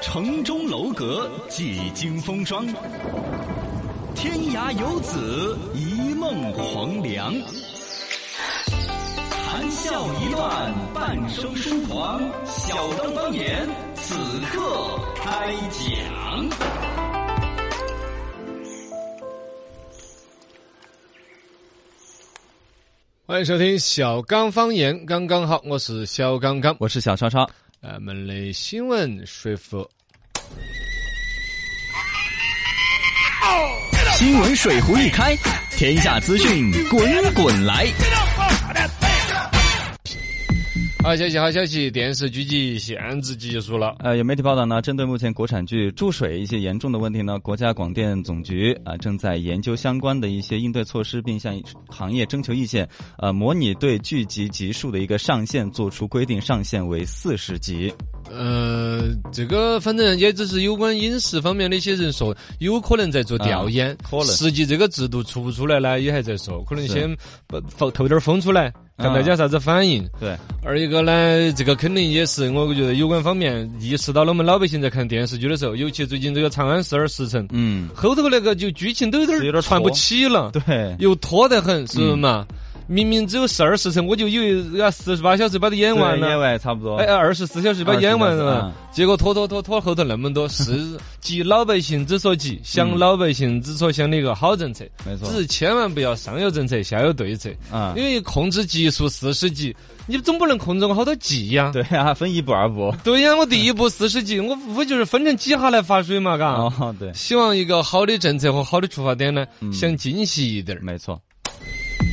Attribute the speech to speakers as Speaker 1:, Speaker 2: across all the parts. Speaker 1: 城中楼阁几经风霜，天涯游子一梦黄粱。谈笑一段半生疏狂，小灯方言此刻开讲。
Speaker 2: 欢迎收听小刚方言，刚刚好，我是小刚刚。
Speaker 3: 我是小超超。
Speaker 2: 咱们的新闻说服，
Speaker 3: 新闻水壶一开，天下资讯滚滚来。
Speaker 2: 好消息，好消息！电视剧集限制级结束了。
Speaker 3: 呃，有媒体报道呢，针对目前国产剧注水一些严重的问题呢，国家广电总局啊、正在研究相关的一些应对措施，并向行业征求意见。呃，模拟对剧集集数的一个上限做出规定，上限为四十集。
Speaker 2: 呃，这个反正也只是有关影视方面的一些人说，有可啊能在做调研，
Speaker 3: 可能
Speaker 2: 实际这个制度出不出来呢，也还在说，可能
Speaker 3: 是
Speaker 2: 先把放透点儿风出来，看
Speaker 3: 啊
Speaker 2: 大家啥子反应。
Speaker 3: 对，
Speaker 2: 二一个呢，这个肯定也是我觉得有关方面意识到了我们老百姓在看电视剧的时候，尤其最近这个《长安十二时辰》，
Speaker 3: 嗯，
Speaker 2: 后头那个就剧情都有点
Speaker 3: 有点
Speaker 2: 儿嗯传不
Speaker 3: 拖
Speaker 2: 起了，
Speaker 3: 对，
Speaker 2: 又拖得很，是不是嘛？明明只有十二时辰，我就以为啊四十八小时把它演完
Speaker 3: 对
Speaker 2: 了
Speaker 3: 因。为差不多。
Speaker 2: 哎，二十四小时把啊它演完了
Speaker 3: 24小时，
Speaker 2: 结果拖拖拖拖后头那么多，是 急老百姓之所急，想老百姓之所想的一个好政策。
Speaker 3: 没错
Speaker 2: 只是千万不要上有政策，下有对策，
Speaker 3: 啊
Speaker 2: 因，为控制集数四十集，你总不能控制我好多集呀。
Speaker 3: 对啊，分一部二部。
Speaker 2: 对呀，我第一部四十集，我无非就是分成几下来发水嘛，嘎。
Speaker 3: 哦，对，
Speaker 2: 希望一个好的政策和好的出发点呢，
Speaker 3: 嗯
Speaker 2: 想精细一点儿。
Speaker 3: 没错。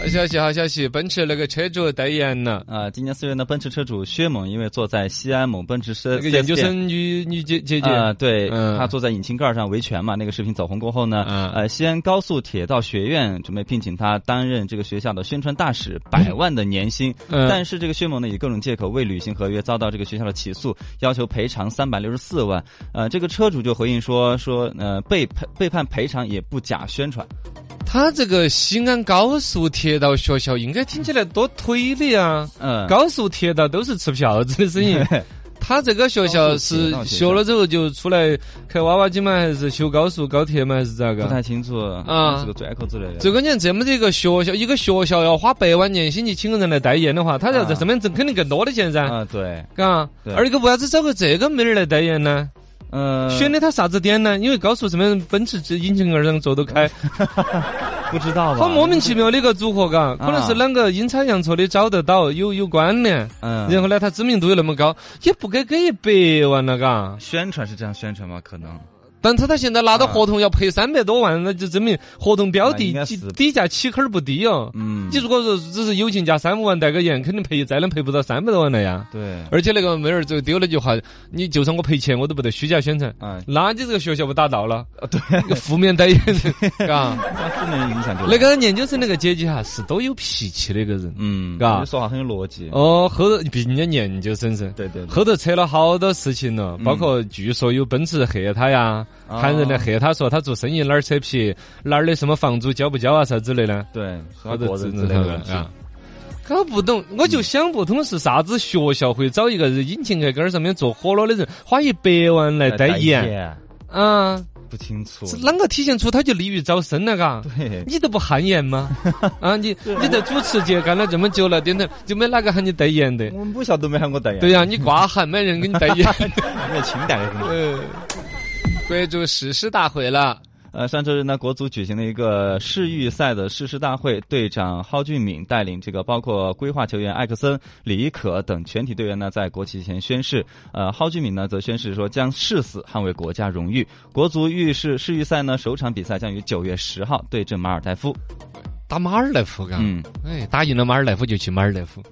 Speaker 2: 好消息，好消息！奔驰那个车主代言了，
Speaker 3: 啊，今年四月呢，奔驰车主薛某因为坐在西安某奔驰车
Speaker 2: 那个啊研究
Speaker 3: 4S 呃店
Speaker 2: 生女女姐姐姐，
Speaker 3: 啊、对、
Speaker 2: 嗯
Speaker 3: 他坐在引擎盖上维权嘛，那个视频走红过后呢，
Speaker 2: 嗯
Speaker 3: 呃，西安高速铁道学院准备聘请他担任这个学校的宣传大使，百万的年薪。
Speaker 2: 嗯
Speaker 3: 但是这个薛某呢，以各种借口未履行合约，遭到这个学校的起诉，要求赔偿三百六十四万。呃，这个车主就回应说说，呃，被赔被判赔偿也不假宣传。
Speaker 2: 他这个西安高速铁道学校应该听起来多推的呀。
Speaker 3: 嗯、
Speaker 2: 高速铁道都是吃票子的生意，他这个学校是
Speaker 3: 高速铁道学校
Speaker 2: 学了之后就出来开娃娃机吗？还是修高速高铁吗？还是咋
Speaker 3: 不
Speaker 2: 个？
Speaker 3: 太清楚
Speaker 2: 啊
Speaker 3: 是个拽口之类的。
Speaker 2: 最关键，这么这个学校，一个学校要花百万年薪去请个人来代言的话，他要在
Speaker 3: 啊
Speaker 2: 上面挣肯定更多的钱噻。
Speaker 3: 啊、对，
Speaker 2: 嘎，
Speaker 3: 对
Speaker 2: 二一个为啥子找个这个妹儿来代言呢？
Speaker 3: 呃，
Speaker 2: 选的他啥子点呢？因为高速上面奔驰这引擎盖上坐都开，
Speaker 3: 不知道吧？
Speaker 2: 好莫名其妙的一个组合，
Speaker 3: 啊
Speaker 2: 嘎，可能是啷个阴差阳错的找得到，有有关联。
Speaker 3: 嗯，
Speaker 2: 然后呢，他知名度又那么高，也不该给一百万了，嘎。
Speaker 3: 宣传是这样宣传吗？可能。
Speaker 2: 但他他现在拿到合同要赔三百多万，那就证明合同标
Speaker 3: 那
Speaker 2: 的
Speaker 3: 应该
Speaker 2: 底
Speaker 3: 是
Speaker 2: 底价起坎儿不低哦。
Speaker 3: 嗯
Speaker 2: 你，如果说只是友情价三五万代个言，肯定赔再能赔不到三百多万了呀。
Speaker 3: 对，
Speaker 2: 而且那个妹儿最丢了一句话，你就算我赔钱，我都不得虚假宣传。
Speaker 3: 啊，
Speaker 2: 那你这个学校不打到了？对，负面代 言人，嘎。
Speaker 3: 那负面影响就
Speaker 2: 那个研究生那个姐姐哈，是多有脾气的一个人。
Speaker 3: 嗯，
Speaker 2: 嘎
Speaker 3: 你说话很有逻辑。
Speaker 2: 哦，后头毕竟人家研究生噻，
Speaker 3: 对对对，
Speaker 2: 后头扯了好多事情了，包括据说有奔驰黑他呀，
Speaker 3: 啊
Speaker 2: 喊人来黑他说他做生意哪儿扯皮，哪儿的什么房租交不交啊啥之类的，
Speaker 3: 对，
Speaker 2: 好
Speaker 3: 说
Speaker 2: 多
Speaker 3: 国
Speaker 2: 这
Speaker 3: 人
Speaker 2: 这
Speaker 3: 之类的问题。
Speaker 2: 啊。搞不懂，我就想不通是啥子学校会找一个引擎盖杆儿上面坐火了的人，花一百万来代言啊？
Speaker 3: 不清楚。
Speaker 2: 是啷个体现出他就利于招生了？嘎？
Speaker 3: 对，
Speaker 2: 你都不汗 颜吗？啊，你你在主持界干了这么久了，电台就没哪个喊你代言的。
Speaker 3: 我们不晓得没喊过代言。
Speaker 2: 对呀、你挂喊没人给你代言。
Speaker 3: 没有情感的。
Speaker 2: 呃，关注誓师大会了，
Speaker 3: 呃，上周日呢，国足举行了一个世预赛的誓师大会，队长蒿俊闵带领这个包括规划球员艾克森、李可等全体队员呢，在国旗前宣誓。呃，蒿俊闵呢则宣誓说将誓死捍卫国家荣誉。国足预示世预赛呢首场比赛将于九月十号对阵马尔代夫。
Speaker 2: 打马尔代夫嘎。
Speaker 3: 嗯，
Speaker 2: 哎，打赢了马尔代夫就去马尔代夫，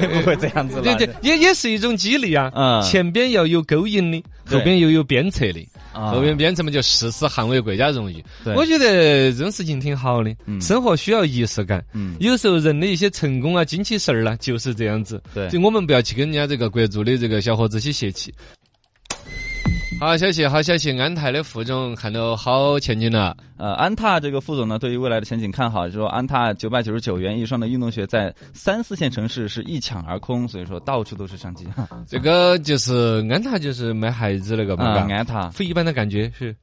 Speaker 3: 也不会这样子
Speaker 2: 这这也也是一种激励 啊。
Speaker 3: 嗯
Speaker 2: 前边要有勾引的，
Speaker 3: 对
Speaker 2: 后边又有鞭策的，
Speaker 3: 啊
Speaker 2: 后边鞭策嘛就誓死捍卫国家荣誉。
Speaker 3: 对
Speaker 2: 我觉得这种事情挺好的，
Speaker 3: 嗯
Speaker 2: 生活需要仪式感。
Speaker 3: 嗯，
Speaker 2: 有时候人的一些成功啊、精气神儿啦，就是这样子。
Speaker 3: 对
Speaker 2: 就我们不要去跟人家这个国足的这个小伙子去泄气。好消息，好消息！安踏的副总看到好前景了。
Speaker 3: 呃，安踏这个副总呢，对于未来的前景看好，说安踏九百九十九元一双的运动鞋在三四线城市是一抢而空，所以说到处都是商 机。
Speaker 2: 这个就是安踏，就是卖鞋子那个嘛。
Speaker 3: 啊，
Speaker 2: 嘎
Speaker 3: 安踏
Speaker 2: 非一般的感觉是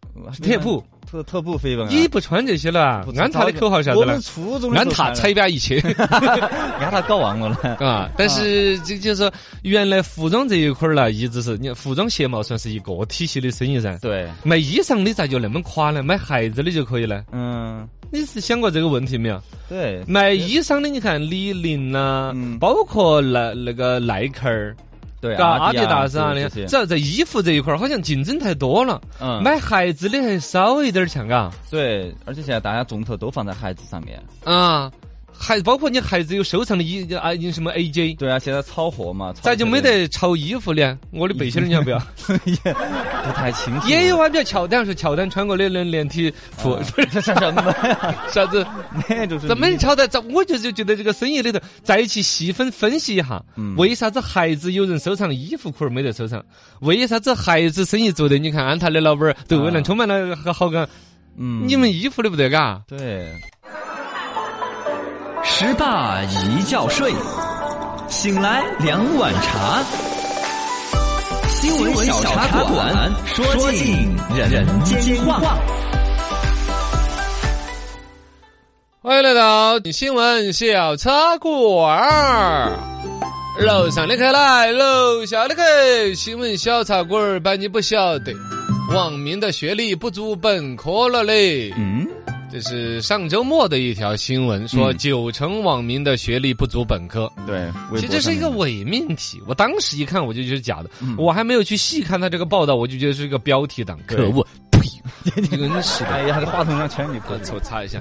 Speaker 2: 特步，
Speaker 3: 特特步飞奔啊。
Speaker 2: 你不穿这些了
Speaker 3: 嗯不？知道
Speaker 2: 安踏的口号是啥子
Speaker 3: 我
Speaker 2: 呢
Speaker 3: 们？初中的时
Speaker 2: 安
Speaker 3: 候
Speaker 2: 踏踩遍一 切
Speaker 3: 安踏搞忘我了。
Speaker 2: 啊！但是这就是说，原来服装这一块儿呢，一直是你看服装鞋嘛，算是一个体系的生意噻。
Speaker 3: 对，
Speaker 2: 卖衣裳的咋就那么垮呢？卖鞋子的就可以呢？
Speaker 3: 嗯，
Speaker 2: 你是想过这个问题没有？
Speaker 3: 对，
Speaker 2: 卖衣裳的，你看李宁呐
Speaker 3: 嗯，
Speaker 2: 包括那那个耐克儿、
Speaker 3: 对，
Speaker 2: 嘎阿
Speaker 3: 迪
Speaker 2: 迪达斯啊
Speaker 3: 这
Speaker 2: 的，
Speaker 3: 些
Speaker 2: 只要在衣服这一块儿，好像竞争太多了。
Speaker 3: 嗯，
Speaker 2: 买鞋子的还稍微有点儿像，嘎
Speaker 3: 对，而且现在大家重头都放在孩子上面。
Speaker 2: 啊，还包括你鞋子有收藏的衣啊，有什么 AJ，
Speaker 3: 对啊，现在超火嘛，超
Speaker 2: 咋就
Speaker 3: 火
Speaker 2: 没
Speaker 3: 的
Speaker 2: 得潮衣服呢？我的背心儿你要不要？
Speaker 3: 也不太清楚。
Speaker 2: 也有啊，比较乔丹是乔丹穿过的那连
Speaker 3: 啊
Speaker 2: 体裤，不是
Speaker 3: 这 是什么呀？
Speaker 2: 啥子？
Speaker 3: 那就是
Speaker 2: 怎么
Speaker 3: 理解
Speaker 2: 乔丹？咋？我就就觉得这个生意里头，在一起细分分析一下，
Speaker 3: 嗯
Speaker 2: 为啥子孩子有人收藏衣服裤儿没得收藏？为啥子孩子生意做得？你看安踏的老板儿对未来充满了好好感，
Speaker 3: 嗯
Speaker 2: 你们衣服的不得嘎？
Speaker 3: 对
Speaker 1: 十大一觉睡，醒来两碗茶。新闻小茶馆，说尽人间话。
Speaker 2: 欢迎来到新闻小茶馆儿。楼上的客来，楼下的客。新闻小茶馆儿，把你不晓得。网民的学历不足本科了嘞。
Speaker 3: 嗯
Speaker 2: 这是上周末的一条新闻，说
Speaker 3: 嗯
Speaker 2: 九成网民的学历不足本科。
Speaker 3: 对，微
Speaker 2: 其实
Speaker 3: 博
Speaker 2: 这是一个
Speaker 3: 上面
Speaker 2: 伪命题，我当时一看我就觉得假的，
Speaker 3: 嗯
Speaker 2: 我还没有去细看他这个报道，我就觉得是一个标题党，
Speaker 3: 对
Speaker 2: 可恶，呸，真是的。
Speaker 3: 哎呀，这话筒上全是你口
Speaker 2: 呃，
Speaker 3: 水
Speaker 2: 我 擦一下，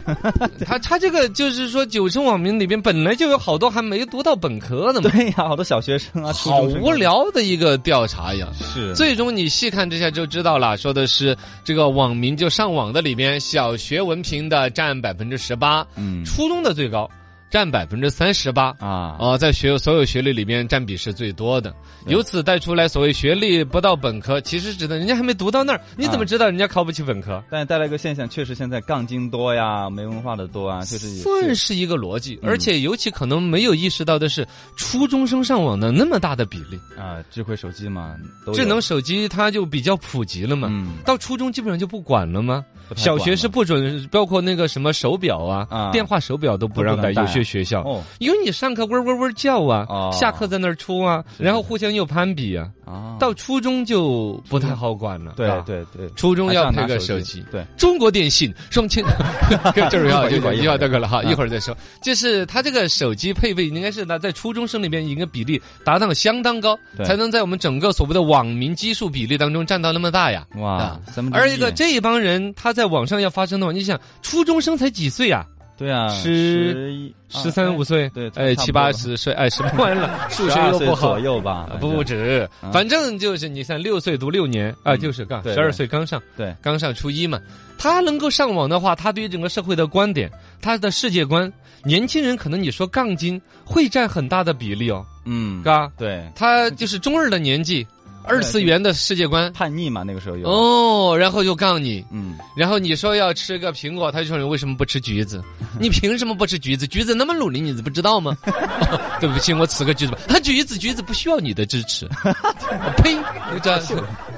Speaker 2: 他他这个就是说，九成网民里边本来就有好多还没读到本科的嘛，
Speaker 3: 对呀，好多小学生啊，初
Speaker 2: 好
Speaker 3: 中生啊
Speaker 2: 无聊的一个调查呀。
Speaker 3: 是
Speaker 2: 最终你细看之下就知道了，说的是这个网民就上网的里边，小学文凭的占百分之十八，
Speaker 3: 嗯
Speaker 2: 初中的最高，占百分之三十八。
Speaker 3: 啊
Speaker 2: 哦，在学所有学历里面占比是最多的，由此带出来所谓学历不到本科，其实指的人家还没读到那儿，你
Speaker 3: 啊
Speaker 2: 怎么知道人家考不起本科？
Speaker 3: 但带来一个现象，确实现在杠精多呀，没文化的多啊，确实也
Speaker 2: 算是一个逻辑，
Speaker 3: 嗯
Speaker 2: 而且尤其可能没有意识到的是，初中生上网的那么大的比例，
Speaker 3: 啊，智慧手机嘛，都有
Speaker 2: 智能手机它就比较普及了嘛。
Speaker 3: 嗯，
Speaker 2: 到初中基本上就不管了吗？
Speaker 3: 不太
Speaker 2: 小
Speaker 3: 管
Speaker 2: 学
Speaker 3: 了
Speaker 2: 是不准，包括那个什么手表啊、
Speaker 3: 啊
Speaker 2: 电话手表都不让
Speaker 3: 都不
Speaker 2: 带，
Speaker 3: 能带
Speaker 2: 有些学校，
Speaker 3: 哦
Speaker 2: 因为你上课喔喔喔叫啊，
Speaker 3: 哦
Speaker 2: 下课在那儿出啊，
Speaker 3: 是
Speaker 2: 然后互相又攀比啊，
Speaker 3: 啊，
Speaker 2: 到初中就不太好管了。
Speaker 3: 对
Speaker 2: 是吧，
Speaker 3: 对对，
Speaker 2: 初中要
Speaker 3: 还是
Speaker 2: 配
Speaker 3: 拿
Speaker 2: 个
Speaker 3: 手
Speaker 2: 手
Speaker 3: 机
Speaker 2: 机。
Speaker 3: 对，
Speaker 2: 中国电信 双千，跟这儿要就
Speaker 3: 一会儿一会儿
Speaker 2: 就就要那个了哈，
Speaker 3: 嗯
Speaker 2: 一会儿再说。就是它这个手机配备应该是呢，在初中生里面一个比例达到相当高，
Speaker 3: 对
Speaker 2: 才能在我们整个所谓的网民基数比例当中占到那么大呀。
Speaker 3: 哇
Speaker 2: 啊，
Speaker 3: 三分之
Speaker 2: 而一个
Speaker 3: 一
Speaker 2: 这一帮人他在网上要发生的话，你想初中生才几岁啊？
Speaker 3: 对啊，
Speaker 2: 十
Speaker 3: 一
Speaker 2: 十三五，岁，
Speaker 3: 啊对
Speaker 2: 哎，
Speaker 3: 差
Speaker 2: 七
Speaker 3: 不多
Speaker 2: 八
Speaker 3: 吧
Speaker 2: 十岁，哎，什 么玩意儿了？数
Speaker 3: 十
Speaker 2: 学
Speaker 3: 二
Speaker 2: 又
Speaker 3: 岁
Speaker 2: 不好
Speaker 3: 左。右吧
Speaker 2: 啊，，不不
Speaker 3: 反正
Speaker 2: 止
Speaker 3: 啊，
Speaker 2: 反正就是你像六岁读六年啊，
Speaker 3: 嗯
Speaker 2: 就是刚
Speaker 3: 对
Speaker 2: 十二岁刚上，
Speaker 3: 对，
Speaker 2: 刚上初一嘛。他能够上网的话，他对于整个社会的观点，他的世界观，年轻人可能你说杠精会占很大的比例哦，
Speaker 3: 嗯，
Speaker 2: 嘎，
Speaker 3: 对，
Speaker 2: 他就是中二的年纪，二次元的世界观
Speaker 3: 叛逆嘛，那个时候有，
Speaker 2: 哦，然后就杠你，
Speaker 3: 嗯，
Speaker 2: 然后你说要吃个苹果，他就说你为什么不吃橘子？ 你凭什么不吃橘子？橘子那么努力，你不知道吗？ 哦对不起，我吃个橘子吧。他橘子橘子不需要你的支持。 呸！这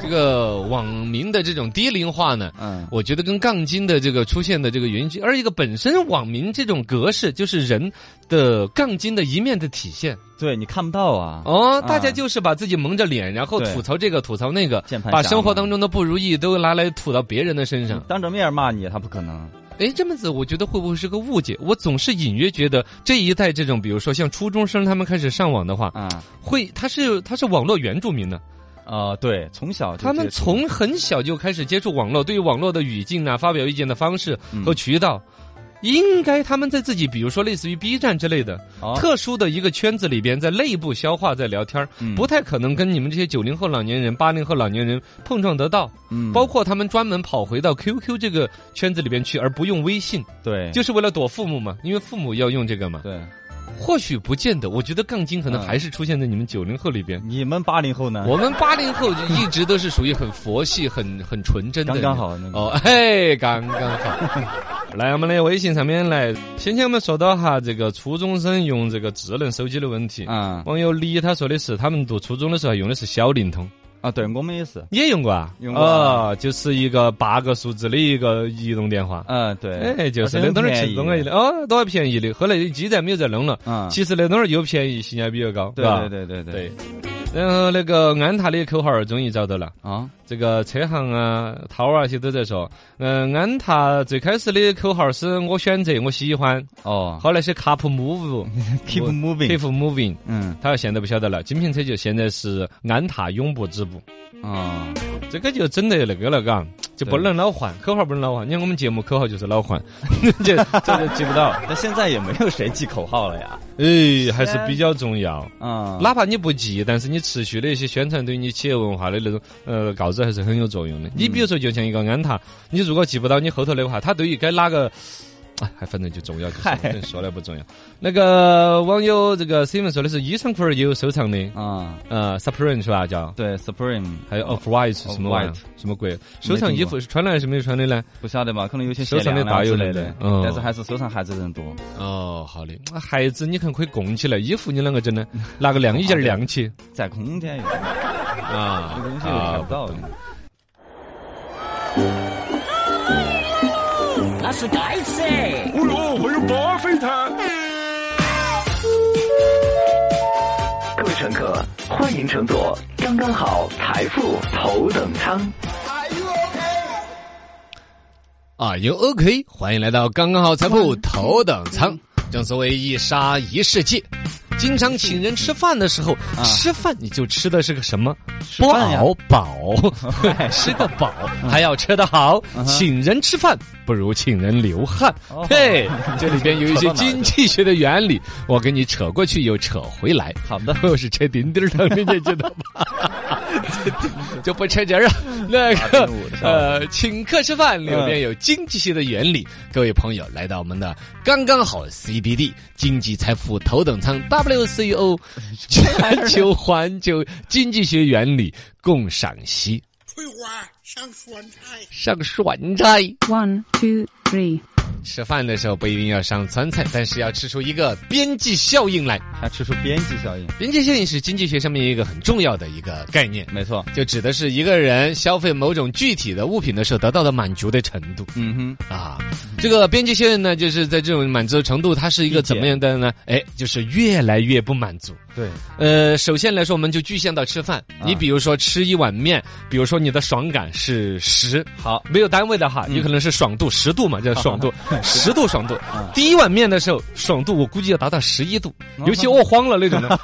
Speaker 2: 这个网民的这种低龄化呢，
Speaker 3: 嗯，
Speaker 2: 我觉得跟杠精的这个出现的这个原因之，而一个本身网民这种格式就是人的杠精的一面的体现。
Speaker 3: 对你看不到啊，
Speaker 2: 哦，
Speaker 3: 啊
Speaker 2: 大家就是把自己蒙着脸，然后
Speaker 3: 对
Speaker 2: 吐槽这个吐槽那个
Speaker 3: 键，盘侠
Speaker 2: 把生活
Speaker 3: 嘛
Speaker 2: 当中的不如意都拿来吐到别人的身上。
Speaker 3: 当着面骂你他不可能，
Speaker 2: 哎，这么子，我觉得会不会是个误解？我总是隐约觉得这一代这种，比如说像初中生他们开始上网的话，
Speaker 3: 啊，
Speaker 2: 会他是他是网络原住民呢，
Speaker 3: 呃，对，从小就
Speaker 2: 他们
Speaker 3: 接触
Speaker 2: 从很小就开始接触网络，对于网络的语境啊、发表意见的方式
Speaker 3: 嗯
Speaker 2: 和渠道。应该他们在自己，比如说类似于 B 站之类的、
Speaker 3: 哦
Speaker 2: 特殊的一个圈子里边，在内部消化、在聊天儿
Speaker 3: 嗯
Speaker 2: 不太可能跟你们这些九零后老年人、八零后老年人碰撞得到。
Speaker 3: 嗯
Speaker 2: 包括他们专门跑回到 QQ 这个圈子里边去，而不用微信。
Speaker 3: 对
Speaker 2: 就是为了躲父母嘛，因为父母要用这个嘛。
Speaker 3: 对
Speaker 2: 或许不见得，我觉得杠精可能还是出现在你们九零后里边。
Speaker 3: 你们八零后呢？
Speaker 2: 我们八零后就一直都是属于很佛系、很很纯真的
Speaker 3: 刚
Speaker 2: 人，
Speaker 3: 刚好那个
Speaker 2: 哦， 嘿，刚刚好。 来，我们的微信上面来，先前我们说到哈，这个初中生用这个智能手机的问题。
Speaker 3: 啊
Speaker 2: 网友李他说的是，他们读初中的时候还用的是小灵通，
Speaker 3: 啊，对我们也是，
Speaker 2: 你也用过啊？
Speaker 3: 用过啊
Speaker 2: 哦，就是一个八个数字的一个移动电话。
Speaker 3: 嗯，对，
Speaker 2: 哎，就
Speaker 3: 而且
Speaker 2: 是那
Speaker 3: 很
Speaker 2: 东西
Speaker 3: 便
Speaker 2: 儿
Speaker 3: 宜
Speaker 2: 挺安逸的，哦，多便宜的。后来鸡蛋没有再弄了，
Speaker 3: 嗯，
Speaker 2: 其实那东西儿又便宜，性价比又高，
Speaker 3: 对
Speaker 2: 是吧
Speaker 3: 对对对对
Speaker 2: 对。然后那个安踏的口号儿终于找到了。
Speaker 3: 啊，
Speaker 2: 这个车行啊、涛啊，些都在说。嗯、安踏最开始的口号是我选择我喜欢，
Speaker 3: 哦
Speaker 2: 后来是 Keep Move
Speaker 3: ，keep moving，
Speaker 2: Keep Moving，
Speaker 3: 嗯
Speaker 2: 他现在不晓得了。精品车就现在是安踏永不止步，
Speaker 3: 啊，
Speaker 2: 这个就整得那个了，嘎，就不
Speaker 3: 对
Speaker 2: 能老换口号，不能老换。你看我们节目口号 就是老换，这 这就记不到，
Speaker 3: 那现在也没有谁记口号了呀，
Speaker 2: 哎，还是比较重要。
Speaker 3: 啊，
Speaker 2: 哪怕你不记，但是你持续的一些宣传对你企业文化的那种呃告知还是很有作用的。你比如说，就像一个安踏，你如果记不到你后头的话，它对于该哪个。哎，还反正就 重要就是了，
Speaker 3: 嗨
Speaker 2: 这说来不重要。那个网友这个 Simon 说的是衣裳裤儿也有收藏的，
Speaker 3: 啊，
Speaker 2: 呃，Supreme 是吧？叫
Speaker 3: 对，Supreme 哦
Speaker 2: 还有 Off White 什么玩意儿
Speaker 3: Off-White
Speaker 2: 什么鬼？收藏衣服是穿的还是没有穿的呢？
Speaker 3: 不晓得吧？可能有些
Speaker 2: 收藏的
Speaker 3: 限量啊
Speaker 2: 打有
Speaker 3: 之类
Speaker 2: 人
Speaker 3: 的
Speaker 2: 的嗯，
Speaker 3: 但是还是收藏孩子人多。
Speaker 2: 哦，好的，啊孩子你看可以供起来，衣服你啷个整呢？拿个晾衣架儿晾起
Speaker 3: 占空间有，
Speaker 2: 啊
Speaker 3: 这个东西又看
Speaker 2: 啊
Speaker 3: 不！到了。
Speaker 1: 那是该吃。
Speaker 4: 哦哟，还有巴菲特。
Speaker 5: 各位乘客，欢迎乘坐刚刚好财富头等舱。
Speaker 2: 啊，有 OK，欢迎来到刚刚好财富头等舱。正所谓一沙一世界，经常请人吃饭的时候，吃饭你就吃的是个什么？不
Speaker 3: 啊饭呀哎嗯
Speaker 2: 熬 饱，吃个饱还要吃得好。请人吃饭不如请人流汗
Speaker 3: 哦。
Speaker 2: 嘿，这里边有一些
Speaker 3: 扯到哪儿去
Speaker 2: 经济学的原理，我给你扯过去又扯回来。
Speaker 3: 好 的，
Speaker 2: 又是扯丁丁儿疼，你就知道吧？ 就不扯这儿了。那个
Speaker 3: 八点五的
Speaker 2: 呃，请客吃饭里面有经济学的原理。各位朋友，来到我们的刚刚好 CBD 经济财富头等舱 WCO 全球环球经济学原理共赏析。
Speaker 6: 翠花上酸菜。
Speaker 2: 上酸菜，
Speaker 7: One, two, three.
Speaker 2: 吃饭的时候不一定要上酸菜，但是要吃出一个边际效应来。
Speaker 3: 还吃出边际效应，
Speaker 2: 边际效应是经济学上面一个很重要的一个概念。
Speaker 3: 没错。
Speaker 2: 就指的是一个人消费某种具体的物品的时候得到的满足的程度
Speaker 3: 嗯
Speaker 2: 啊。这个边界线呢，就是在这种满足的程度，它是一个
Speaker 3: 理解
Speaker 2: 怎么样的呢？哎，就是越来越不满足。
Speaker 3: 哼，对，
Speaker 2: 呃，首先来说，我们就具象到吃饭。你
Speaker 3: 啊
Speaker 2: 比如说吃一碗面，比如说你的爽感是十，
Speaker 3: 好，
Speaker 2: 没有单位的哈，有可能是爽度十 度嘛，叫爽度嗯十度啊爽度。第一碗面的时候，爽度我估计要达到十一度，尤其饿慌了那种 的。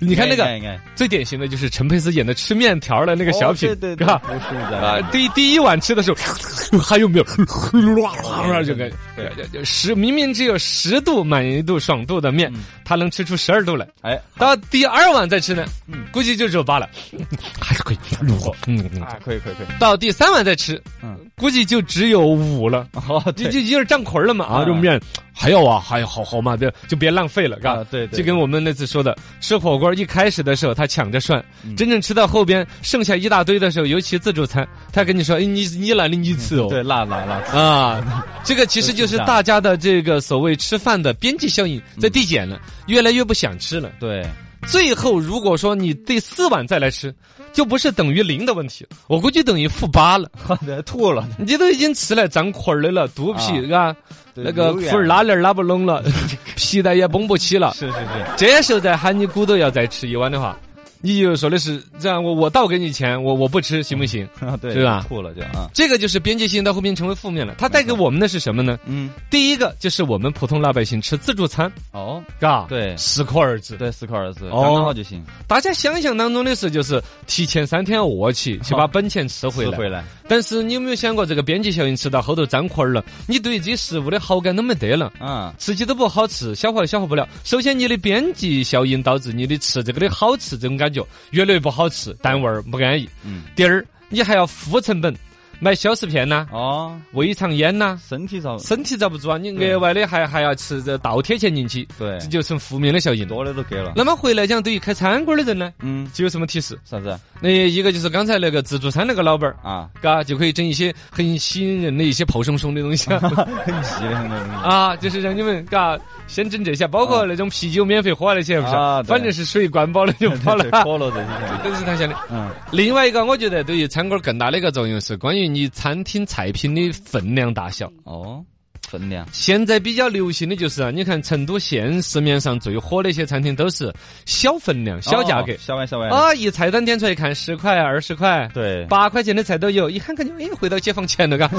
Speaker 2: 你
Speaker 3: 你
Speaker 2: 看那个
Speaker 3: 应该
Speaker 2: 最典型的就是陈佩斯演的吃面条儿的那个小品，
Speaker 3: 哦对对
Speaker 2: 是
Speaker 3: 对，
Speaker 2: 吧？
Speaker 3: 不是
Speaker 2: 呃
Speaker 3: 的，，
Speaker 2: 第第一碗吃的时候，还有没有？ 就跟
Speaker 3: 对
Speaker 2: 就就十明明只有十度满意度爽度的
Speaker 3: 嗯
Speaker 2: 面，他能吃出十二度来。
Speaker 3: 哎，
Speaker 2: 到第二碗再吃呢，
Speaker 3: 嗯
Speaker 2: 估计就只有八了， 还是可以。嗯，嗯
Speaker 3: 啊，可以可以可以，
Speaker 2: 到第三碗再吃，
Speaker 3: 嗯，
Speaker 2: 估计就只有五了。
Speaker 3: 哦，
Speaker 2: 就
Speaker 3: 对，
Speaker 2: 就有点胀壳了嘛啊，
Speaker 3: 啊
Speaker 2: 这种面还要啊，还好好嘛，别就别浪费了，嘎、
Speaker 3: 啊对对
Speaker 2: 就跟我们那次说的，吃火锅一开始的时候他抢着涮，
Speaker 3: 嗯
Speaker 2: 真正吃到后边剩下一大堆的时候，尤其自助餐，他跟你说，哎，你你来了你吃哦。
Speaker 3: 嗯对，辣辣辣，
Speaker 2: 啊， 这个其实就是大家的这个所谓吃饭的边际效应
Speaker 3: 嗯
Speaker 2: 在递减了，越来越不想吃了。
Speaker 3: 对，
Speaker 2: 最后如果说你第四碗再来吃，就不是等于零的问题，我估计等于负八了。
Speaker 3: 好的，吐了，
Speaker 2: 你都已经吃来胀壳儿的了，肚
Speaker 3: 啊
Speaker 2: 皮嘎，
Speaker 3: 对
Speaker 2: 那个
Speaker 3: 留
Speaker 2: 裤
Speaker 3: 远
Speaker 2: 儿拉链儿拉不拢了， 皮带也绷不起了。
Speaker 3: 是是是，
Speaker 2: 这时候再喊你骨头要再吃一碗的话，你就说的是这样，我我倒给你钱，我我不吃行不行？
Speaker 3: 啊 对，
Speaker 2: 是吧
Speaker 3: 吐了就啊，
Speaker 2: 这个就是边界性到后面成为负面了。它带给我们的是什么呢？
Speaker 3: 嗯，
Speaker 2: 第一个就是我们普通老百姓吃自助餐，
Speaker 3: 哦，
Speaker 2: 嘎，
Speaker 3: 对
Speaker 2: 适可而止。
Speaker 3: 对，适可而止，
Speaker 2: 哦
Speaker 3: 刚刚好就行，
Speaker 2: 大家想象当中的是，就是提前三天饿起，去把本钱吃回
Speaker 3: 吃
Speaker 2: 来。
Speaker 3: 回来，
Speaker 2: 但是你有没有想过，这个边际效应吃到后头胀壳儿了，你对这食物的好感都没得了。
Speaker 3: 啊，
Speaker 2: 吃起都不好吃，消化也消化不了。首先，你的边际效应导致你的吃这个的好吃这种感觉越来越不好吃，淡味儿不安逸。
Speaker 3: 嗯
Speaker 2: 第二，你还要付成本。买消食片呐、
Speaker 3: 哦，
Speaker 2: 胃肠炎呐、
Speaker 3: 身体上
Speaker 2: 身体遭不住啊，你额外的还还要吃这倒贴钱进去，
Speaker 3: 对
Speaker 2: 这就成负面的效应了。
Speaker 3: 多的都给了。
Speaker 2: 那么回来讲，对于开餐馆的人呢，
Speaker 3: 嗯，
Speaker 2: 就有什么提示？
Speaker 3: 啥子
Speaker 2: 那一个就是刚才那个自助餐那个老板儿，
Speaker 3: 啊？
Speaker 2: 嘎就可以整一些很吸引人的一些泡松松的东西啊
Speaker 3: 很细的很多 东西。
Speaker 2: 啊，就是让你们嘎先整这些，包括那种啤酒免费喝那些，不是
Speaker 3: 啊？对
Speaker 2: 反正是水灌饱了就
Speaker 3: 对
Speaker 2: 饱了
Speaker 3: 对。可乐这些，
Speaker 2: 这是他想的。
Speaker 3: 嗯，
Speaker 2: 另外一个，我觉得对于餐馆更大的一个作用是关于你餐厅菜品的分量大小。
Speaker 3: 哦，分量，
Speaker 2: 现在比较流行的就是啊，你看成都县市面上最火的一些餐厅都是小分量、小价格
Speaker 3: 哦小碗小碗。
Speaker 2: 啊，一菜单点出来一看，十块、二十块，
Speaker 3: 对，
Speaker 2: 八块钱的菜都有，一看感觉哎，回到解放 前了，嘎，啊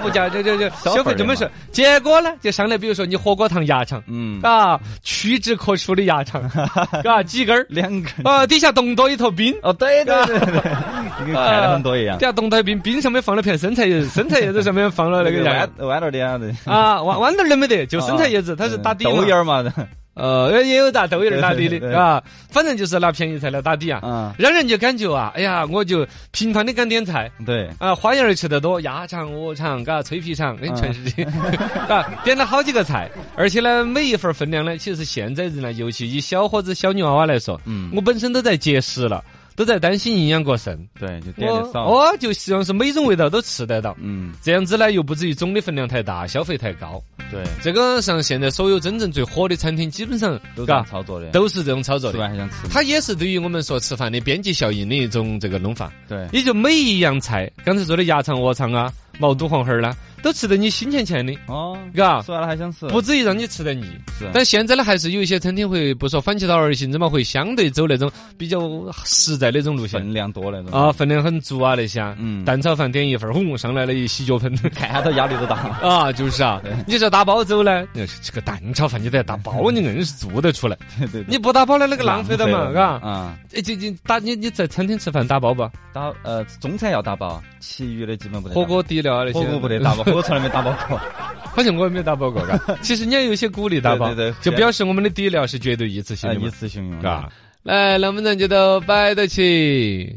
Speaker 2: 那物价这这这
Speaker 3: 小
Speaker 2: 消费
Speaker 3: 本儿
Speaker 2: 这么
Speaker 3: 的
Speaker 2: 是，结果呢，就上来，比如说你火锅堂鸭肠，
Speaker 3: 嗯，
Speaker 2: 啊，屈指可数的 鸭肠，啊，几根儿，
Speaker 3: 两个。
Speaker 2: 啊，底下冻多一头冰。
Speaker 3: 哦，对对对 对，就跟看了很多一样
Speaker 2: 底。下冻多一冰，冰上面放了片 生菜叶子，生菜叶子上面放了那个鸭
Speaker 3: 豌豌豆的啊，对，嗯
Speaker 2: 啊，豌豌豆儿都没得，就生菜叶子，它是打底嘛
Speaker 3: 豆芽儿嘛，
Speaker 2: 呃，也有打豆芽儿打底
Speaker 3: 对对对
Speaker 2: 的啊，反正就是拿便宜菜来打底啊，
Speaker 3: 啊，
Speaker 2: 让人就感觉啊，哎呀，我就频繁的敢点菜。
Speaker 3: 嗯对，
Speaker 2: 啊，花样儿吃得多，鸭肠、鹅肠、嘎脆皮肠，跟
Speaker 3: 嗯
Speaker 2: 全是这， 啊，点了好几个菜，而且呢，每一份儿分量呢，其实现在人呢，尤其以小伙子、小女娃娃来说，
Speaker 3: 嗯
Speaker 2: 我本身都在节食了，都在担心营养过剩，
Speaker 3: 对，就点
Speaker 2: 我哦
Speaker 3: 的少，
Speaker 2: 我就希望是每种味道都吃得到，
Speaker 3: 嗯，
Speaker 2: 这样子呢，又不至于总的分量太大，消费太高。
Speaker 3: 对，
Speaker 2: 这个像现在所有真正最火的餐厅，基本上
Speaker 3: 都这
Speaker 2: 嘎
Speaker 3: 样操作的，
Speaker 2: 都是这种操作
Speaker 3: 吃
Speaker 2: 的
Speaker 3: 完，还想吃，
Speaker 2: 它也是对于我们说吃饭的边际效应的一种这个弄法。
Speaker 3: 对，
Speaker 2: 也就每一样菜，刚才说的鸭肠、鹅肠啊、毛肚、黄花儿啦，都吃得你心欠欠的，
Speaker 3: 哦，
Speaker 2: 嘎，
Speaker 3: 吃完了还想吃，
Speaker 2: 不至于让你吃得腻。
Speaker 3: 是
Speaker 2: 但现在呢，还是有一些餐厅会不说反其道而行之嘛，会相对走那种比较实在的那种路线
Speaker 3: 分量多那种
Speaker 2: 啊，，分量很足啊那些啊。
Speaker 3: 嗯
Speaker 2: 蛋炒饭点一份儿，轰上来了一洗脚 盆。
Speaker 3: 看到压力都大，
Speaker 2: 啊，就是啊，你这打包走呢，那是这个蛋炒饭你得打包，你硬是做得出来。
Speaker 3: 对对，
Speaker 2: 你不打包呢，那个浪费的嘛，嘎。
Speaker 3: 啊，
Speaker 2: 哎，就就打你你在餐厅吃饭打包吧，
Speaker 3: 打呃中餐要打包，其余的基本不得打
Speaker 2: 火
Speaker 3: 包。
Speaker 2: 锅底料啊那些，
Speaker 3: 火锅不得打 包，火锅从来没打包过。
Speaker 2: 好像我也没打包过， 嘎。其实你也有些鼓励打包，
Speaker 3: 对对对
Speaker 2: 就表示我们的底料是绝对一次性
Speaker 3: 啊，
Speaker 2: 的
Speaker 3: 一
Speaker 2: 嘛，
Speaker 3: 次性用的
Speaker 2: 嘎。来，能不能觉得摆得起？